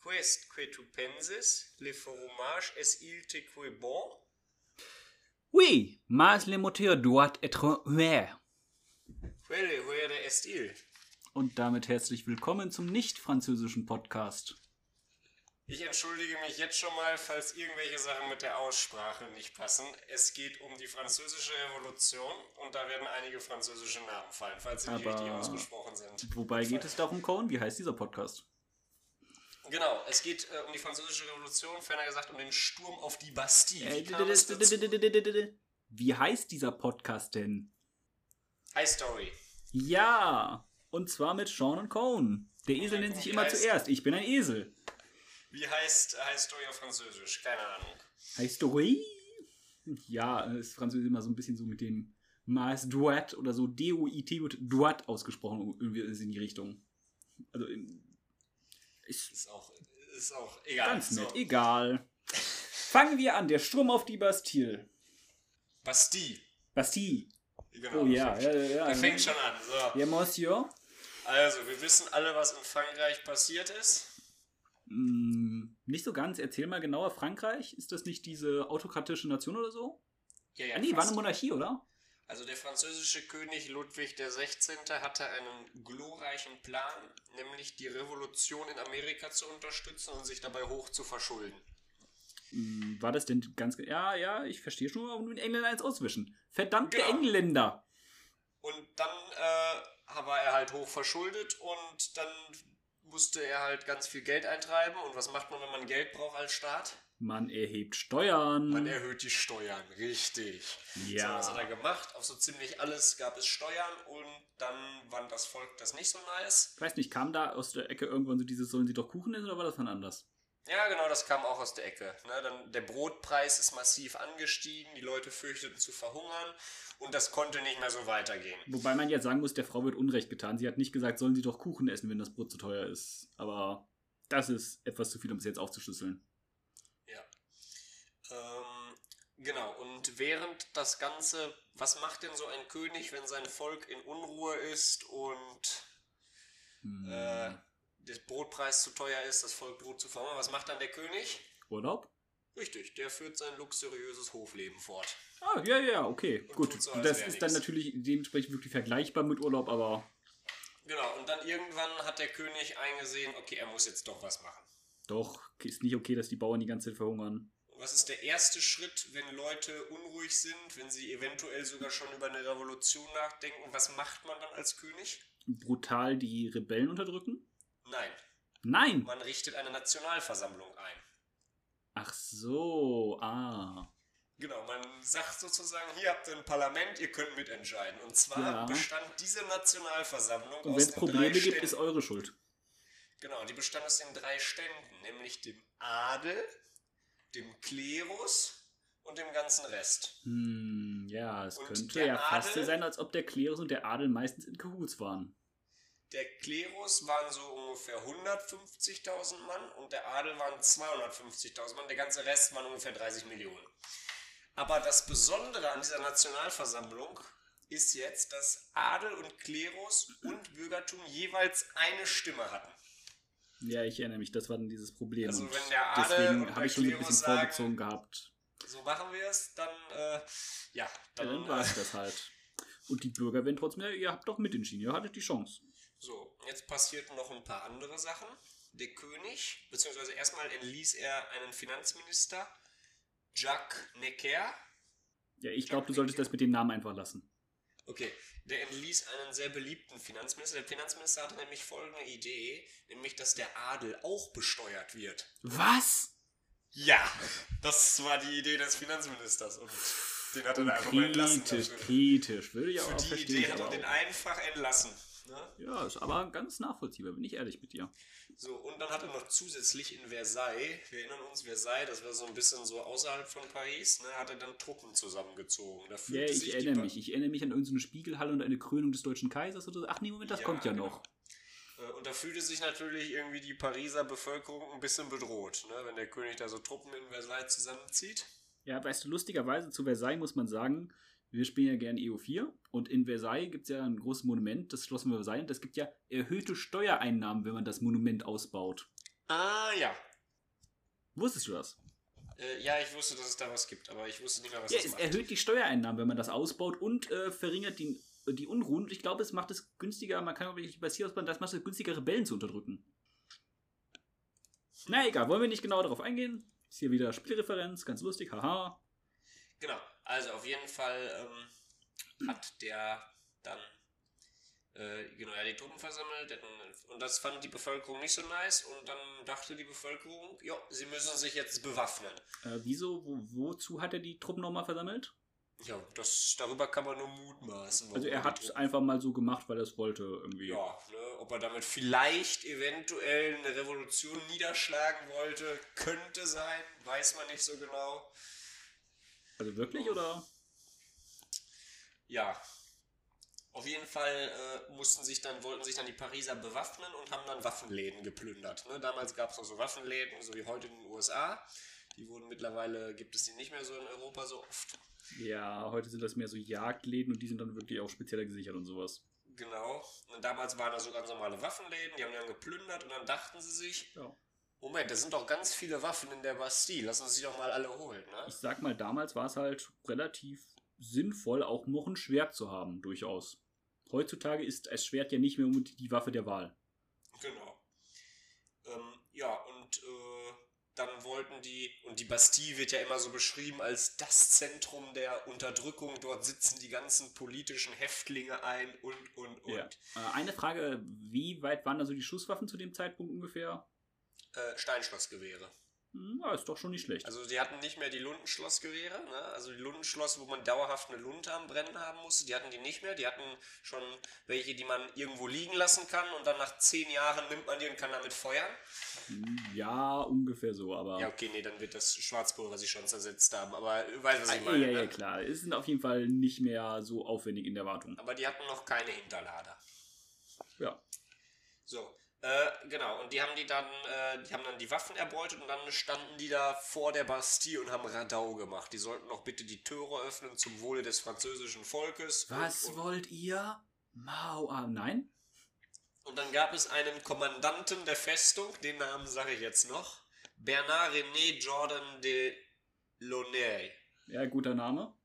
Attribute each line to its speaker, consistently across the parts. Speaker 1: questque tu penses, le fromage est il te que bon?
Speaker 2: Oui, mais le moteur doit être ouvert.
Speaker 1: Quelle huere est il?
Speaker 2: Und damit herzlich willkommen zum nicht-französischen Podcast.
Speaker 1: Ich entschuldige mich jetzt schon mal, falls irgendwelche Sachen mit der Aussprache nicht passen. Es geht um die Französische Revolution und da werden einige französische Namen fallen, falls sie nicht
Speaker 2: Aber-
Speaker 1: richtig ausgesprochen sind.
Speaker 2: Wobei geht es darum, Cohen, wie heißt dieser Podcast?
Speaker 1: Genau, es geht äh, um die Französische Revolution, ferner gesagt um den Sturm auf die Bastille. Wie kam es dazu?
Speaker 2: Wie heißt dieser Podcast denn?
Speaker 1: Hi Story.
Speaker 2: Ja, und zwar mit Sean und Cohen. Der Esel nennt sich immer zuerst. Ich bin ein Esel.
Speaker 1: Wie heißt äh, Hi Story auf Französisch? Keine Ahnung.
Speaker 2: Heißt Ui? Ja, ist Französisch immer so ein bisschen so mit dem Maes Duat oder so D-U-I-T wird Duat ausgesprochen, irgendwie ist in die Richtung. Also ähm, ist
Speaker 1: Ist auch, ist auch egal.
Speaker 2: ganz nett,
Speaker 1: So.
Speaker 2: egal. Fangen wir an, der Sturm auf die Bastille.
Speaker 1: Bastille.
Speaker 2: Bastille.
Speaker 1: Genau.
Speaker 2: Oh ja, ja,
Speaker 1: Der
Speaker 2: ja. ja.
Speaker 1: fängt schon an. So.
Speaker 2: Ja, Monsieur.
Speaker 1: Also, wir wissen alle, was in Frankreich passiert ist.
Speaker 2: Hm, nicht so ganz. Erzähl mal genauer. Frankreich, ist das nicht diese autokratische Nation oder so?
Speaker 1: Ja, ja,
Speaker 2: Ja, nee, ne. war
Speaker 1: fast.
Speaker 2: eine Monarchie, oder?
Speaker 1: Also der französische König Ludwig XVI. hatte einen glorreichen Plan, nämlich die Revolution in Amerika zu unterstützen und sich dabei hoch zu verschulden.
Speaker 2: Hm, War das denn ganz. Ja, ja, ich verstehe schon, warum du den Engländer eins auswischen. Verdammte
Speaker 1: Genau.
Speaker 2: Engländer!
Speaker 1: Und dann äh, war er halt hoch verschuldet und dann musste er halt ganz viel Geld eintreiben. Und was macht man, wenn man Geld braucht als Staat?
Speaker 2: Man erhebt Steuern.
Speaker 1: Man erhöht die Steuern, richtig. So,
Speaker 2: ja.
Speaker 1: was hat er gemacht? Auf so ziemlich alles gab es Steuern und dann fand das Volk das nicht so nice.
Speaker 2: ich weiß nicht, kam da aus der Ecke irgendwann so dieses, sollen sie doch Kuchen essen oder war das dann anders?
Speaker 1: Ja, genau, das kam auch aus der Ecke. Ne? Dann, der Brotpreis ist massiv angestiegen, die Leute fürchteten zu verhungern und das konnte nicht mehr so weitergehen.
Speaker 2: Wobei man jetzt sagen muss, der Frau wird Unrecht getan. Sie hat nicht gesagt, sollen sie doch Kuchen essen, wenn das Brot zu teuer ist. Aber das ist etwas zu viel, um es jetzt aufzuschlüsseln.
Speaker 1: Ähm, genau, und während das Ganze, was macht denn so ein König, wenn sein Volk in Unruhe ist und
Speaker 2: Hm.
Speaker 1: äh, der Brotpreis zu teuer ist, das Volk droht zu verhungern, was macht dann der König?
Speaker 2: Urlaub?
Speaker 1: Richtig, der führt sein luxuriöses Hofleben fort.
Speaker 2: Ah, ja, ja, okay.
Speaker 1: Und
Speaker 2: Gut.
Speaker 1: tut so, als
Speaker 2: das
Speaker 1: wär
Speaker 2: ist dann
Speaker 1: nix.
Speaker 2: natürlich dementsprechend wirklich vergleichbar mit Urlaub, aber
Speaker 1: Genau, und dann irgendwann hat der König eingesehen, okay, er muss jetzt doch was machen.
Speaker 2: doch, ist nicht okay, dass die Bauern die ganze Zeit verhungern.
Speaker 1: Was ist der erste Schritt, wenn Leute unruhig sind, wenn sie eventuell sogar schon über eine Revolution nachdenken? Was macht man dann als König?
Speaker 2: Brutal die Rebellen unterdrücken?
Speaker 1: Nein,
Speaker 2: Nein!
Speaker 1: man richtet eine Nationalversammlung ein.
Speaker 2: Ach so, ah.
Speaker 1: Genau, man sagt sozusagen, hier habt ihr ein Parlament, ihr könnt mitentscheiden. Und zwar
Speaker 2: Ja.
Speaker 1: bestand diese Nationalversammlung
Speaker 2: Und
Speaker 1: aus
Speaker 2: wenn
Speaker 1: den
Speaker 2: es Probleme
Speaker 1: drei
Speaker 2: gibt,
Speaker 1: Ständen.
Speaker 2: ist eure Schuld.
Speaker 1: genau, die bestand aus den drei Ständen, nämlich dem Adel, dem Klerus und dem ganzen Rest.
Speaker 2: Hm, ja, es
Speaker 1: Und
Speaker 2: könnte
Speaker 1: der
Speaker 2: ja fast so
Speaker 1: Adel?
Speaker 2: sein, als ob der Klerus und der Adel meistens in Kahuts waren.
Speaker 1: Der Klerus waren so ungefähr 150.000 Mann und der Adel waren 250.000 Mann. Der ganze Rest waren ungefähr 30 Millionen. Aber das Besondere an dieser Nationalversammlung ist jetzt, dass Adel und Klerus und Bürgertum jeweils eine Stimme hatten.
Speaker 2: Ja, ich erinnere mich, das war dann dieses Problem.
Speaker 1: Also
Speaker 2: und
Speaker 1: wenn der Adel und
Speaker 2: deswegen
Speaker 1: der
Speaker 2: habe ich schon so ein
Speaker 1: Klerus
Speaker 2: bisschen
Speaker 1: sagen-
Speaker 2: vorgezogen gehabt.
Speaker 1: So machen wir es, dann, äh, ja,
Speaker 2: Ja,
Speaker 1: dann,
Speaker 2: dann
Speaker 1: äh,
Speaker 2: war es das halt. Und die Bürger werden trotzdem, ja, ihr habt doch mitentschieden, ihr hattet die Chance.
Speaker 1: So, jetzt passierten noch ein paar andere Sachen. Der König, beziehungsweise erstmal entließ er einen Finanzminister, Jacques Necker.
Speaker 2: Ja, ich glaube, du solltest das mit dem Namen einfach lassen.
Speaker 1: Okay, der entließ einen sehr beliebten Finanzminister. Der Finanzminister hatte nämlich folgende Idee, nämlich, dass der Adel auch besteuert wird.
Speaker 2: Was?
Speaker 1: Ja, das war die Idee des Finanzministers und den hat er da einfach mal entlassen.
Speaker 2: Kritisch,
Speaker 1: dafür.
Speaker 2: kritisch, würde ich auch,
Speaker 1: Für
Speaker 2: auch
Speaker 1: die
Speaker 2: verstehen.
Speaker 1: Idee hat er
Speaker 2: aber
Speaker 1: den
Speaker 2: auch.
Speaker 1: einfach entlassen. Ne?
Speaker 2: Ja, ist aber ganz nachvollziehbar, bin ich ehrlich mit dir.
Speaker 1: So, und dann hat er noch zusätzlich in Versailles, wir erinnern uns, Versailles, das war so ein bisschen so außerhalb von Paris, ne, hat er dann Truppen zusammengezogen. Da
Speaker 2: Ja,
Speaker 1: fühlte sich
Speaker 2: ich
Speaker 1: die
Speaker 2: erinnere
Speaker 1: Ba-
Speaker 2: mich. Ich erinnere mich an irgendeine Spiegelhalle und eine Krönung des deutschen Kaisers oder so. Ach nee, Moment, das
Speaker 1: Ja,
Speaker 2: kommt ja
Speaker 1: genau.
Speaker 2: noch.
Speaker 1: Äh, Und da fühlte sich natürlich irgendwie die Pariser Bevölkerung ein bisschen bedroht, ne, wenn der König da so Truppen in Versailles zusammenzieht.
Speaker 2: Ja, weißt du, lustigerweise zu Versailles muss man sagen, wir spielen ja gerne EU4 und in Versailles gibt es ja ein großes Monument, das Schloss von Versailles, und das gibt ja erhöhte Steuereinnahmen, wenn man das Monument ausbaut.
Speaker 1: Ah, ja.
Speaker 2: Wusstest du das?
Speaker 1: Äh, ja, ich wusste, dass es da was gibt, aber ich wusste nicht mehr, was
Speaker 2: Ja,
Speaker 1: das
Speaker 2: es
Speaker 1: macht.
Speaker 2: erhöht die Steuereinnahmen, wenn man das ausbaut und äh, verringert die, die Unruhen. Und ich glaube, es macht es günstiger, man kann auch wirklich bei Sea das macht es günstiger, Rebellen zu unterdrücken. Na egal, wollen wir nicht genau darauf eingehen. Ist hier wieder Spielreferenz, ganz lustig, haha.
Speaker 1: Genau, also auf jeden Fall ähm, hat der dann äh, genau, er hat die Truppen versammelt hat dann- und das fand die Bevölkerung nicht so nice und dann dachte die Bevölkerung, ja, sie müssen sich jetzt bewaffnen.
Speaker 2: Äh, wieso, wo, wozu hat er die Truppen nochmal versammelt?
Speaker 1: Ja, das, darüber kann man nur mutmaßen.
Speaker 2: Also er
Speaker 1: warum
Speaker 2: hat
Speaker 1: die
Speaker 2: es
Speaker 1: Truppen-
Speaker 2: einfach mal so gemacht, weil er es wollte irgendwie.
Speaker 1: Ja, ne, ob er damit vielleicht eventuell eine Revolution niederschlagen wollte, könnte sein, weiß man nicht so genau.
Speaker 2: Also wirklich, oder?
Speaker 1: Ja. Auf jeden Fall äh, mussten sich dann, wollten sich dann die Pariser bewaffnen und haben dann Waffenläden geplündert. Ne? Damals gab es noch so Waffenläden, so wie heute in den USA. Die wurden mittlerweile, gibt es die nicht mehr so in Europa so oft.
Speaker 2: Ja, heute sind das mehr so Jagdläden und die sind dann wirklich auch spezieller gesichert und sowas.
Speaker 1: Genau. Und damals waren da so ganz normale Waffenläden, die haben die dann geplündert und dann dachten sie sich,
Speaker 2: Ja.
Speaker 1: Moment, da sind doch ganz viele Waffen in der Bastille, lass uns die doch mal alle holen. Ne?
Speaker 2: Ich sag mal, damals war es halt relativ sinnvoll, auch noch ein Schwert zu haben, durchaus. Heutzutage ist das Schwert ja nicht mehr unbedingt die Waffe der Wahl.
Speaker 1: Genau. Ähm, ja, und äh, dann wollten die, und die Bastille wird ja immer so beschrieben als das Zentrum der Unterdrückung, dort sitzen die ganzen politischen Häftlinge ein und, und, und.
Speaker 2: Ja. Äh, eine Frage, wie weit waren also die Schusswaffen zu dem Zeitpunkt ungefähr?
Speaker 1: Äh, Steinschlossgewehre.
Speaker 2: Hm, ja, ist doch schon nicht schlecht.
Speaker 1: Also die hatten nicht mehr die Lundenschlossgewehre, ne? also die Lundenschloss, wo man dauerhaft eine Lunte am Brennen haben musste, die hatten die nicht mehr. Die hatten schon welche, die man irgendwo liegen lassen kann und dann nach zehn Jahren nimmt man die und kann damit feuern.
Speaker 2: Hm, ja, ungefähr so, aber...
Speaker 1: Ja, okay, nee, dann wird das Schwarzpulver sich schon zersetzt haben, aber du weißt, was
Speaker 2: Ah,
Speaker 1: ich meine.
Speaker 2: ja, ja,
Speaker 1: ne?
Speaker 2: klar. Es sind auf jeden Fall nicht mehr so aufwendig in der Wartung.
Speaker 1: Aber die hatten noch keine Hinterlader.
Speaker 2: Ja.
Speaker 1: So, äh, genau. Und die haben die dann, äh, die haben dann die Waffen erbeutet und dann standen die da vor der Bastille und haben Radau gemacht. Die sollten noch bitte die Türe öffnen zum Wohle des französischen Volkes.
Speaker 2: Was
Speaker 1: Und, und,
Speaker 2: wollt ihr? Mau, ah, nein?
Speaker 1: und dann gab es einen Kommandanten der Festung, den Namen sage ich jetzt noch, Bernard René Jordan de Launay.
Speaker 2: Ja, guter Name.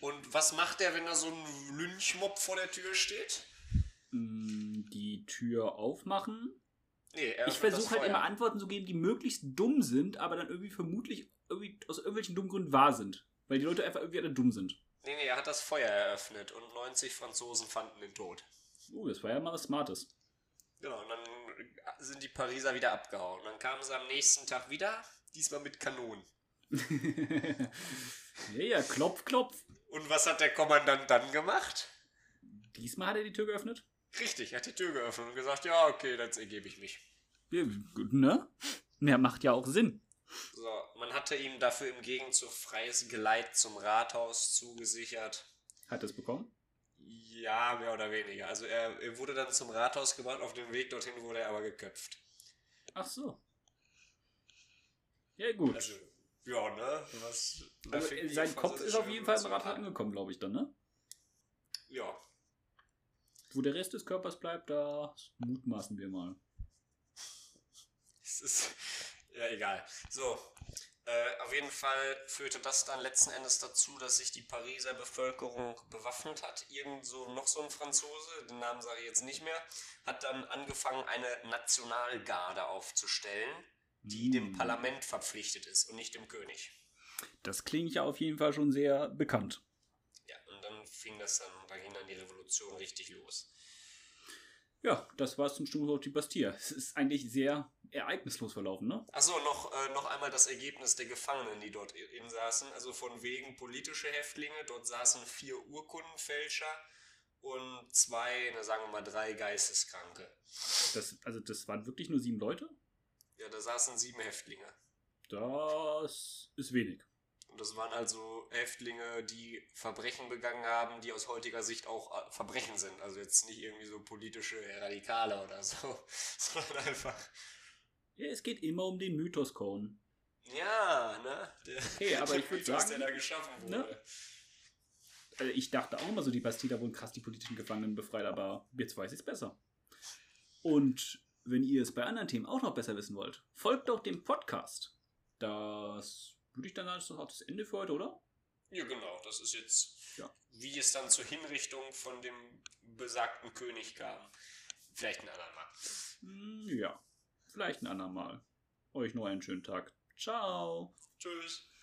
Speaker 1: Und was macht der, wenn da so ein Lynchmob vor der Tür steht?
Speaker 2: Hm, die Tür aufmachen.
Speaker 1: Nee, er
Speaker 2: Ich
Speaker 1: öffnet das
Speaker 2: versuche halt
Speaker 1: Feuer.
Speaker 2: immer Antworten zu geben, die möglichst dumm sind, aber dann irgendwie vermutlich irgendwie aus irgendwelchen dummen Gründen wahr sind. Weil die Leute einfach irgendwie alle dumm sind.
Speaker 1: Nee, nee, er hat das Feuer eröffnet und 90 Franzosen fanden den Tod.
Speaker 2: Oh, das war ja mal was Smartes.
Speaker 1: Genau, und dann sind die Pariser wieder abgehauen. Dann kamen sie am nächsten Tag wieder, diesmal mit Kanonen.
Speaker 2: ja, ja, klopf, klopf.
Speaker 1: Und was hat der Kommandant dann gemacht?
Speaker 2: Diesmal hat er die Tür geöffnet.
Speaker 1: Richtig, er hat die Tür geöffnet und gesagt, ja, okay, dann ergebe ich mich.
Speaker 2: Ja, gut, ne? Ja, macht ja auch Sinn.
Speaker 1: So, man hatte ihm dafür im Gegenzug freies Geleit zum Rathaus zugesichert.
Speaker 2: Hat es bekommen?
Speaker 1: Ja, mehr oder weniger. Also er, er wurde dann zum Rathaus gebracht, auf dem Weg dorthin wurde er aber geköpft.
Speaker 2: Ach so. Ja, gut.
Speaker 1: Also, ja, ne? Was,
Speaker 2: Also, äh, sein Kopf ist auf jeden Fall im Rathaus angekommen, glaube ich, dann, ne?
Speaker 1: Ja,
Speaker 2: Wo der Rest des Körpers bleibt, da mutmaßen wir mal.
Speaker 1: Es ist ja egal. So, äh, auf jeden Fall führte das dann letzten Endes dazu, dass sich die Pariser Bevölkerung bewaffnet hat. Irgend so noch so ein Franzose, den Namen sage ich jetzt nicht mehr, hat dann angefangen, eine Nationalgarde aufzustellen, die dem
Speaker 2: Hm.
Speaker 1: Parlament verpflichtet ist und nicht dem König.
Speaker 2: Das klingt ja auf jeden Fall schon sehr bekannt.
Speaker 1: Ja, und dann fing das dann, da ging dann die Revolution richtig los.
Speaker 2: Ja, das war zum Sturm auf die Bastille. Es ist eigentlich sehr ereignislos verlaufen, ne?
Speaker 1: Achso, noch, äh, noch einmal das Ergebnis der Gefangenen, die dort i- insaßen. Also von wegen politische Häftlinge. Dort saßen vier Urkundenfälscher und zwei, na sagen wir mal drei Geisteskranke.
Speaker 2: Das, also das waren wirklich nur sieben Leute?
Speaker 1: Ja, da saßen sieben Häftlinge.
Speaker 2: Das ist wenig.
Speaker 1: Und das waren also Häftlinge, die Verbrechen begangen haben, die aus heutiger Sicht auch äh, Verbrechen sind. Also jetzt nicht irgendwie so politische Radikale oder so, sondern einfach.
Speaker 2: Ja, es geht immer um den Mythos Cone.
Speaker 1: Ja, ne? Der,
Speaker 2: Okay, aber ich würde
Speaker 1: Mythos, der da
Speaker 2: sagen,
Speaker 1: geschaffen wurde.
Speaker 2: ne? also ich dachte auch immer so, die Bastille da wurden krass die politischen Gefangenen befreit, aber jetzt weiß ich es besser. Und Wenn ihr es bei anderen Themen auch noch besser wissen wollt, folgt doch dem Podcast. Das würde ich dann sagen, ist doch auch das Ende für heute, oder?
Speaker 1: Ja, genau. Das ist jetzt,
Speaker 2: Ja.
Speaker 1: wie es dann zur Hinrichtung von dem besagten König kam. Vielleicht ein andermal.
Speaker 2: Hm, Ja, vielleicht ein andermal. Euch noch einen schönen Tag. Ciao.
Speaker 1: Tschüss.